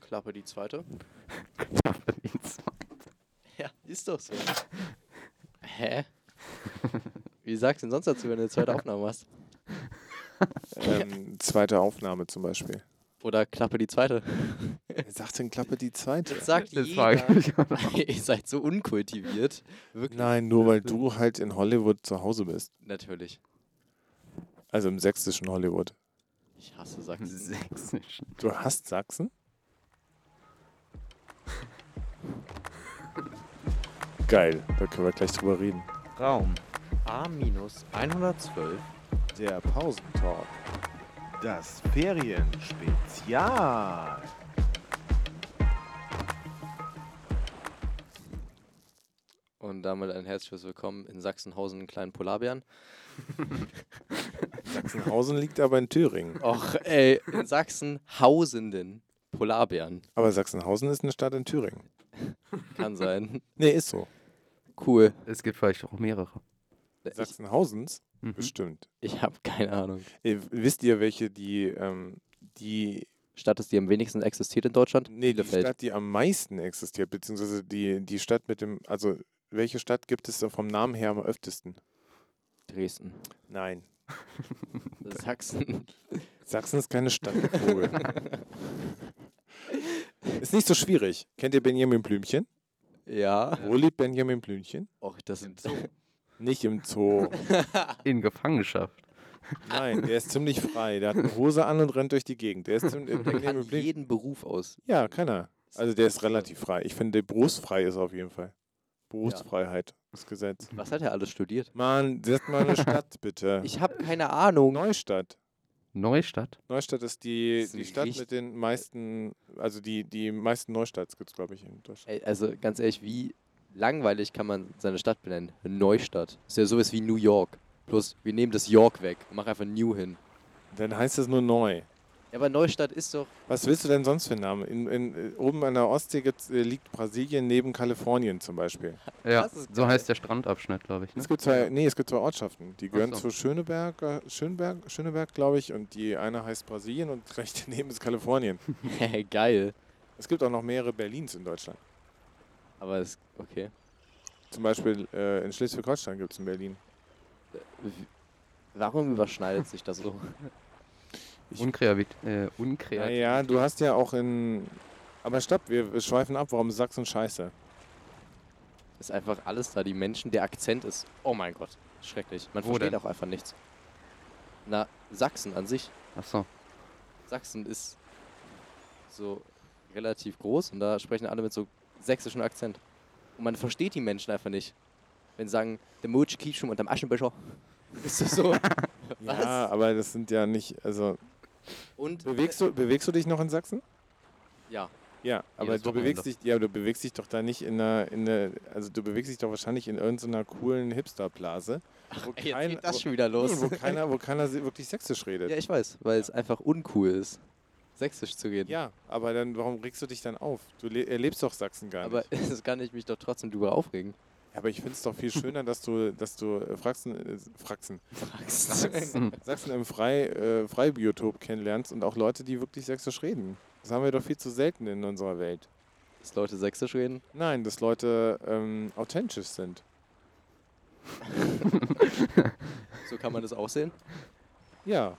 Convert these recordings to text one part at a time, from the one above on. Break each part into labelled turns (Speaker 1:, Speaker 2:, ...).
Speaker 1: Klappe die zweite.
Speaker 2: Klappe die zweite.
Speaker 1: Ja, ist doch so. Hä? Wie sagst du denn sonst dazu, wenn du eine zweite Aufnahme hast?
Speaker 3: Ähm, zweite Aufnahme zum Beispiel.
Speaker 1: Oder Klappe die zweite.
Speaker 3: Wer sagt denn Klappe die zweite?
Speaker 1: Das sagt
Speaker 2: Das frage ich
Speaker 1: jeder.
Speaker 2: mich auch noch.
Speaker 1: Ihr seid so unkultiviert. Wirklich.
Speaker 3: Nein, nur weil du halt in Hollywood zu Hause bist.
Speaker 1: Natürlich.
Speaker 3: Also im sächsischen Hollywood.
Speaker 1: Ich hasse Sachsen.
Speaker 2: Sächsischen.
Speaker 3: Du hast Sachsen? Geil, da können wir gleich drüber reden.
Speaker 4: Raum A-112.
Speaker 3: Der Pausentalk.
Speaker 4: Das Ferienspezial.
Speaker 1: Und damit ein herzliches Willkommen in Sachsenhausen, den kleinen Polarbären.
Speaker 3: Sachsenhausen liegt aber in Thüringen.
Speaker 1: Och, ey, Äh, in Sachsenhausenden Polarbären.
Speaker 3: Aber Sachsenhausen ist eine Stadt in Thüringen.
Speaker 1: Kann sein.
Speaker 3: Nee, ist so.
Speaker 1: Cool.
Speaker 2: Es gibt vielleicht auch mehrere.
Speaker 1: Ich,
Speaker 3: Sachsenhausens?
Speaker 2: Mhm.
Speaker 3: Bestimmt.
Speaker 1: ich habe keine Ahnung.
Speaker 3: Ihr, Äh, wisst ihr, welche die, ähm, die,
Speaker 1: Stadt ist, die am wenigsten existiert in Deutschland?
Speaker 3: nee, die
Speaker 1: Bielefeld.
Speaker 3: Stadt, die am meisten existiert, beziehungsweise die, die Stadt mit dem, also welche Stadt gibt es vom Namen her am öftesten?
Speaker 1: Dresden.
Speaker 3: Nein.
Speaker 1: Sachsen.
Speaker 3: Sachsen ist keine Stadt. Vogel. ist nicht so schwierig. Kennt ihr Benjamin Blümchen?
Speaker 1: Ja.
Speaker 3: Wo lebt Benjamin Blümchen?
Speaker 1: Och, das sind so.
Speaker 3: Nicht im Zoo.
Speaker 2: In Gefangenschaft.
Speaker 3: Nein, der ist ziemlich frei. Der hat eine Hose an und rennt durch die Gegend. Der ist ziemlich,
Speaker 1: Der kann
Speaker 3: Benjamin Blümchen.
Speaker 1: jeden Beruf aus.
Speaker 3: Ja, kann er. Also der ist relativ frei. Ich finde, berufsfrei ist er auf jeden Fall. Berufsfreiheit, das Gesetz.
Speaker 1: Was hat er alles studiert?
Speaker 3: Mann, setzt mal eine Stadt bitte.
Speaker 1: Ich habe keine Ahnung.
Speaker 3: Neustadt.
Speaker 2: Neustadt.
Speaker 3: Neustadt ist die,
Speaker 1: Ist
Speaker 3: die
Speaker 1: nicht
Speaker 3: Stadt
Speaker 1: richtig-
Speaker 3: mit den meisten, also die, die meisten Neustarts gibt es, glaube ich, in Deutschland.
Speaker 1: Ey, also ganz ehrlich, wie langweilig kann man seine Stadt benennen? Neustadt. Ist ja sowas wie New York. Plus, wir nehmen das York weg und machen einfach New hin.
Speaker 3: Dann heißt es nur neu.
Speaker 1: Ja, aber Neustadt ist doch.
Speaker 3: Was willst du denn sonst für einen Namen? In, in, äh, oben an der Ostsee gibt's, äh, liegt Brasilien neben Kalifornien zum Beispiel.
Speaker 2: Ja,
Speaker 1: Das ist
Speaker 2: so
Speaker 1: geil.
Speaker 2: heißt der Strandabschnitt, glaube ich. Ne?
Speaker 3: Es gibt zwei, nee, es gibt zwei Ortschaften. Die gehören
Speaker 2: so.
Speaker 3: zu Schöneberg, äh, Schönberg, Schöneberg, glaube ich, und die eine heißt Brasilien und recht daneben ist Kalifornien.
Speaker 1: Hä, Geil.
Speaker 3: Es gibt auch noch mehrere Berlins in Deutschland.
Speaker 1: Aber es. Okay.
Speaker 3: Zum Beispiel äh, in Schleswig-Holstein gibt es in Berlin.
Speaker 1: W- Warum überschneidet sich das so?
Speaker 3: Ich-
Speaker 2: Unkreativ. Äh, unkreativ.
Speaker 3: Naja, du hast ja auch in. Aber stopp, wir schweifen ab. Warum ist Sachsen scheiße?
Speaker 1: Ist einfach alles da. Die Menschen, der Akzent ist. Oh mein Gott. Schrecklich. Man
Speaker 2: Wo
Speaker 1: versteht
Speaker 2: denn?
Speaker 1: auch einfach nichts. Na, Sachsen an sich.
Speaker 2: Achso.
Speaker 1: Sachsen ist so relativ groß und da sprechen alle mit so sächsischen Akzent. Und man versteht die Menschen einfach nicht. Wenn sie sagen, der Mutsch Kischum und am Aschenbecher. Ist das so? Was?
Speaker 3: Ja, aber das sind ja nicht. Also
Speaker 1: Und
Speaker 3: bewegst du, bewegst du dich noch in Sachsen?
Speaker 1: Ja.
Speaker 3: Ja, aber
Speaker 2: Jedes
Speaker 3: du bewegst dich,
Speaker 2: Wochenende.
Speaker 3: ja, du bewegst dich doch da nicht in einer, in einer, also du bewegst dich doch wahrscheinlich in irgendeiner coolen Hipster-Blase, wo,
Speaker 1: Ey, jetzt
Speaker 3: kein-
Speaker 1: geht das
Speaker 3: wo-
Speaker 1: schon wieder los.
Speaker 3: wo keiner, wo keiner se- wirklich sächsisch redet.
Speaker 1: ja, ich weiß, weil es einfach uncool ist, sächsisch zu reden.
Speaker 3: Ja, aber dann, warum regst du dich dann auf? Du le erlebst doch Sachsen gar
Speaker 1: Aber
Speaker 3: nicht.
Speaker 1: das kann ich mich doch trotzdem drüber aufregen.
Speaker 3: Ja, aber ich finde es doch viel schöner, dass du, dass du äh, Fraxen, äh, Fraxen,
Speaker 2: Hm.
Speaker 3: Sachsen im Frei, äh, Freibiotop kennenlernst und auch Leute, die wirklich sächsisch reden. Das haben wir doch viel zu selten in unserer Welt.
Speaker 1: Dass Leute sächsisch reden.
Speaker 3: Nein, dass Leute ähm, authentisch sind.
Speaker 1: So kann man das auch sehen.
Speaker 3: Ja.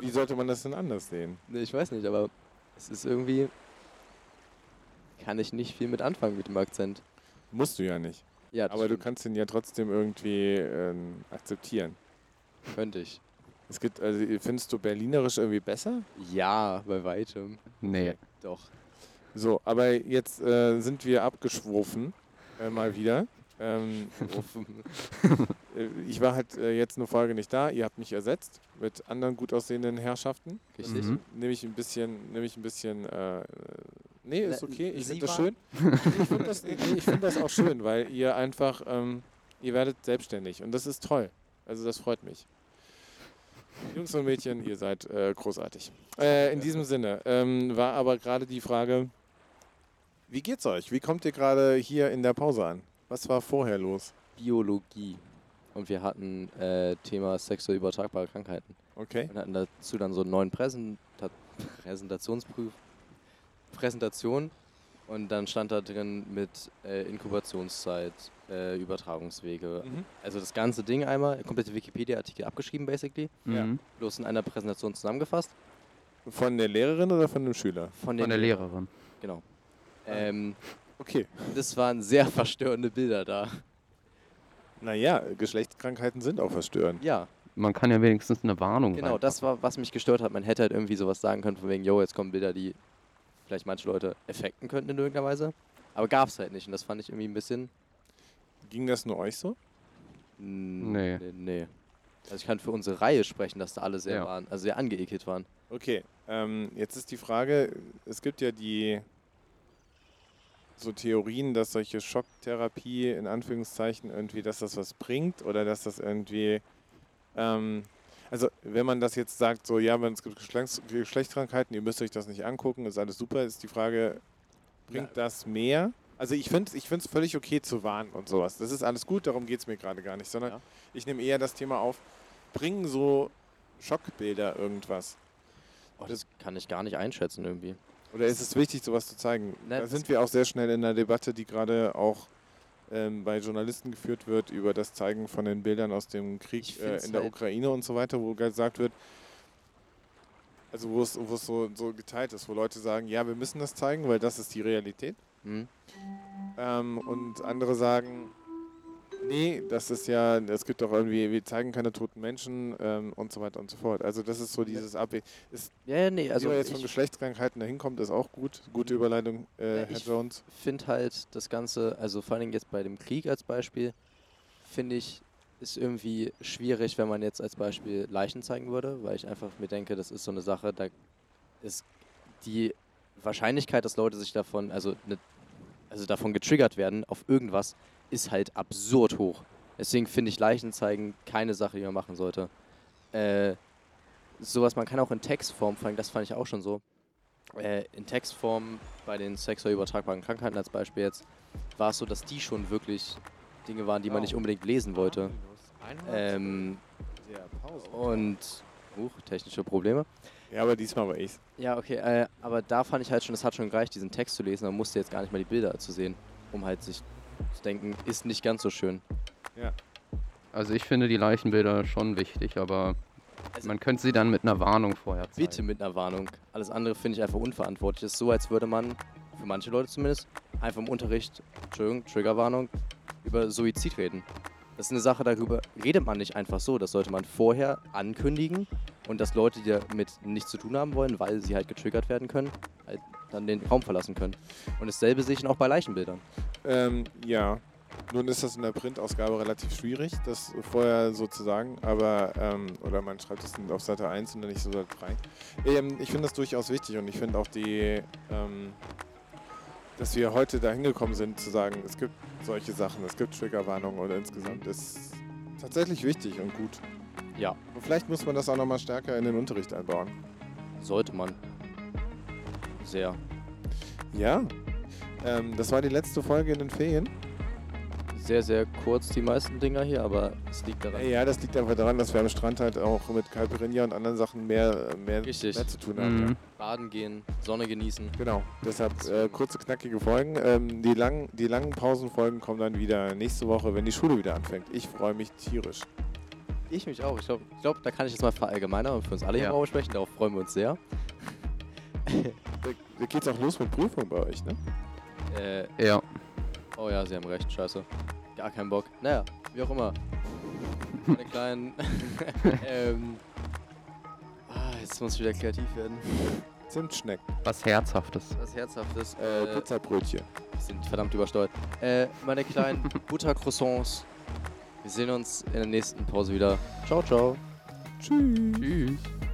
Speaker 3: Wie sollte man das denn anders sehen?
Speaker 1: Nee, ich weiß nicht, aber es ist irgendwie. Kann ich nicht viel mit anfangen mit dem Akzent.
Speaker 3: Musst du ja nicht.
Speaker 1: Ja, das
Speaker 3: Aber du
Speaker 1: stimmt.
Speaker 3: kannst ihn ja trotzdem irgendwie ähm, akzeptieren.
Speaker 1: Könnte ich.
Speaker 3: Es gibt, also findest du Berlinerisch irgendwie besser?
Speaker 1: Ja, bei weitem.
Speaker 2: Nee.
Speaker 1: Doch.
Speaker 3: So, aber jetzt äh, sind wir abgeschwuffen, äh, mal wieder. Ähm, äh, ich war halt äh, jetzt eine Folge nicht da, ihr habt mich ersetzt mit anderen gut aussehenden Herrschaften.
Speaker 1: Richtig.
Speaker 2: Mhm.
Speaker 3: Nehme ich ein bisschen, nehme ich ein bisschen, äh, nee, ist
Speaker 1: Na,
Speaker 3: okay, ich
Speaker 1: Sie
Speaker 3: finde das
Speaker 1: waren-
Speaker 3: schön. Ich finde das, nee, ich find das auch schön, weil ihr einfach, ähm, ihr werdet selbstständig und das ist toll. Also das freut mich. Jungs und Mädchen, ihr seid äh, großartig. Äh, in diesem Sinne ähm, war aber gerade die Frage, wie geht's euch? Wie kommt ihr gerade hier in der Pause an? Was war vorher los?
Speaker 1: Biologie. Und wir hatten äh, Thema sexuell übertragbare Krankheiten.
Speaker 3: Okay.
Speaker 1: Und hatten dazu dann so einen neuen Präsenta Präsentationsprüf Präsentation und dann stand da drin mit äh, Inkubationszeit, äh, Übertragungswege.
Speaker 3: Mhm.
Speaker 1: Also das ganze Ding einmal, komplette Wikipedia-Artikel abgeschrieben basically,
Speaker 3: Ja.
Speaker 2: Mhm.
Speaker 1: bloß in einer Präsentation zusammengefasst.
Speaker 3: Von der Lehrerin oder von dem Schüler?
Speaker 2: Von der
Speaker 1: Lehrern.
Speaker 2: Lehrerin.
Speaker 1: Genau. Ähm,
Speaker 3: Okay.
Speaker 1: das waren sehr verstörende Bilder da.
Speaker 3: Naja, Geschlechtskrankheiten sind auch verstörend.
Speaker 1: Ja,
Speaker 2: Man kann ja wenigstens eine Warnung
Speaker 1: genau, das war, was mich gestört hat. Man hätte halt irgendwie sowas sagen können, von wegen, yo, jetzt kommen Bilder, die vielleicht manche Leute effekten könnten in irgendeiner Weise. Aber gab es halt nicht und das fand ich irgendwie ein bisschen.
Speaker 3: Ging das nur euch so?
Speaker 1: mm,
Speaker 2: Nee.
Speaker 1: nee. nee. Also ich kann für unsere Reihe sprechen, dass da alle sehr
Speaker 2: Ja.
Speaker 1: waren, also sehr angeekelt waren.
Speaker 3: Okay, ähm, jetzt ist die Frage, es gibt ja die so Theorien, dass solche Schocktherapie in Anführungszeichen irgendwie, dass das was bringt oder dass das irgendwie, ähm, also wenn man das jetzt sagt, so ja, wenn es gibt Geschlechtskrankheiten, Geschlechtskrankheiten, ihr müsst euch das nicht angucken, ist alles super, ist die Frage, bringt das mehr? Also ich finde es ich find's völlig okay zu warnen und sowas. Das ist alles gut, darum geht es mir gerade gar nicht, sondern
Speaker 1: Ja.
Speaker 3: ich nehme eher das Thema auf, bringen so Schockbilder irgendwas?
Speaker 1: Oh, das kann ich gar nicht einschätzen irgendwie.
Speaker 3: Oder ist es wichtig, sowas zu zeigen?
Speaker 1: Na,
Speaker 3: da
Speaker 1: das-
Speaker 3: sind wir auch sehr schnell in einer Debatte, die gerade auch ähm, bei Journalisten geführt wird, über das Zeigen von den Bildern aus dem Krieg
Speaker 1: Ich
Speaker 3: äh,
Speaker 1: find's
Speaker 3: in der
Speaker 1: halt-
Speaker 3: Ukraine und so weiter, wo gesagt wird, also wo es, wo es so, so geteilt ist, wo Leute sagen, ja, wir müssen das zeigen, weil das ist die Realität.
Speaker 1: Hm?
Speaker 3: Ähm, und andere sagen, nee, das ist ja, es gibt doch irgendwie, wir zeigen keine toten Menschen ähm, und so weiter und so fort. Also das ist so dieses Abwe
Speaker 1: Ja, ja, nee,
Speaker 3: also
Speaker 1: also
Speaker 3: Wie man jetzt von
Speaker 1: ich Mhm.
Speaker 3: Geschlechtskrankheiten dahin kommt, ist auch gut. Gute Überleitung, äh,
Speaker 1: Ja,
Speaker 3: Herr
Speaker 1: ich-
Speaker 3: Jones.
Speaker 1: finde halt das Ganze, also vor allen Dingen jetzt bei dem Krieg als Beispiel, finde ich, ist irgendwie schwierig, wenn man jetzt als Beispiel Leichen zeigen würde, weil ich einfach mir denke, das ist so eine Sache, da ist die Wahrscheinlichkeit, dass Leute sich davon, also, ne, also davon getriggert werden auf irgendwas, ist halt absurd hoch. Deswegen finde ich Leichen zeigen keine Sache, die man machen sollte. Äh, sowas, man kann auch in Textform fangen, das fand ich auch schon so. Äh, in Textform bei den sexuell übertragbaren Krankheiten als Beispiel jetzt, war es so, dass die schon wirklich Dinge waren, die man nicht unbedingt lesen wollte. Ähm, oh. und huch, technische Probleme.
Speaker 3: Ja, aber eh diesmal war ich's.
Speaker 1: Ja, okay, äh, aber da fand ich halt schon, es hat schon gereicht, diesen Text zu lesen, man musste jetzt gar nicht mal die Bilder zu sehen, um halt sich zu denken, ist nicht ganz so schön.
Speaker 2: Also ich finde die Leichenbilder schon wichtig, aber
Speaker 1: Also-
Speaker 2: man könnte sie dann mit einer Warnung vorher zeigen.
Speaker 1: Bitte mit einer Warnung. Alles andere finde ich einfach unverantwortlich. Es ist so, als würde man, für manche Leute zumindest, einfach im Unterricht, Entschuldigung, Triggerwarnung, über Suizid reden. Das ist eine Sache, darüber redet man nicht einfach so. Das sollte man vorher ankündigen und dass Leute, die damit nichts zu tun haben wollen, weil sie halt getriggert werden können, halt dann den Raum verlassen können. Und dasselbe sehe ich dann auch bei Leichenbildern.
Speaker 3: Ähm, ja. Nun ist das in der Printausgabe relativ schwierig, das vorher so zu sagen, aber, ähm, oder man schreibt es auf Seite 1 und dann nicht so Seite 3. Ähm, ich finde das durchaus wichtig und ich finde auch die, ähm, dass wir heute dahin gekommen sind, zu sagen, es gibt solche Sachen, es gibt Triggerwarnungen oder insgesamt ist tatsächlich wichtig und gut.
Speaker 1: Ja,
Speaker 3: Und vielleicht muss man das auch nochmal stärker in den Unterricht einbauen.
Speaker 1: sollte man. Sehr.
Speaker 3: Ja, ähm, das war die letzte Folge in den Ferien.
Speaker 1: Sehr, sehr kurz die meisten Dinger hier, aber es liegt daran.
Speaker 3: Ja, das liegt einfach daran, dass wir am Strand halt auch mit Calperinia und anderen Sachen mehr, mehr, mehr
Speaker 1: Richtig.
Speaker 3: zu tun haben.
Speaker 2: Mhm.
Speaker 3: Ja.
Speaker 1: Baden gehen, Sonne genießen.
Speaker 3: Genau, deshalb äh, kurze, knackige Folgen. Ähm, die, langen, die langen Pausenfolgen kommen dann wieder nächste Woche, wenn die Schule wieder anfängt. Ich freue mich tierisch.
Speaker 1: Ich mich auch. Ich glaube, glaub, da kann ich jetzt mal verallgemeinern und für uns alle hier
Speaker 2: Ja.
Speaker 1: im Raum sprechen. Darauf freuen wir uns sehr.
Speaker 3: Da, da geht's auch los mit Prüfung bei euch, ne?
Speaker 1: Äh,
Speaker 2: Ja,
Speaker 1: oh ja, Sie haben recht. Scheiße. Gar keinen Bock. Naja, wie auch immer. Meine kleinen. ähm, ah, jetzt muss ich wieder kreativ werden.
Speaker 3: Zimtschneck,
Speaker 2: was Herzhaftes.
Speaker 1: Was Herzhaftes.
Speaker 3: äh,
Speaker 1: Äh,
Speaker 3: Pizzabrötchen.
Speaker 1: wir sind verdammt übersteuert. Äh, meine kleinen Buttercroissants. Wir sehen uns in der nächsten Pause wieder. Ciao, ciao.
Speaker 3: Tschüss.
Speaker 2: Tschüss.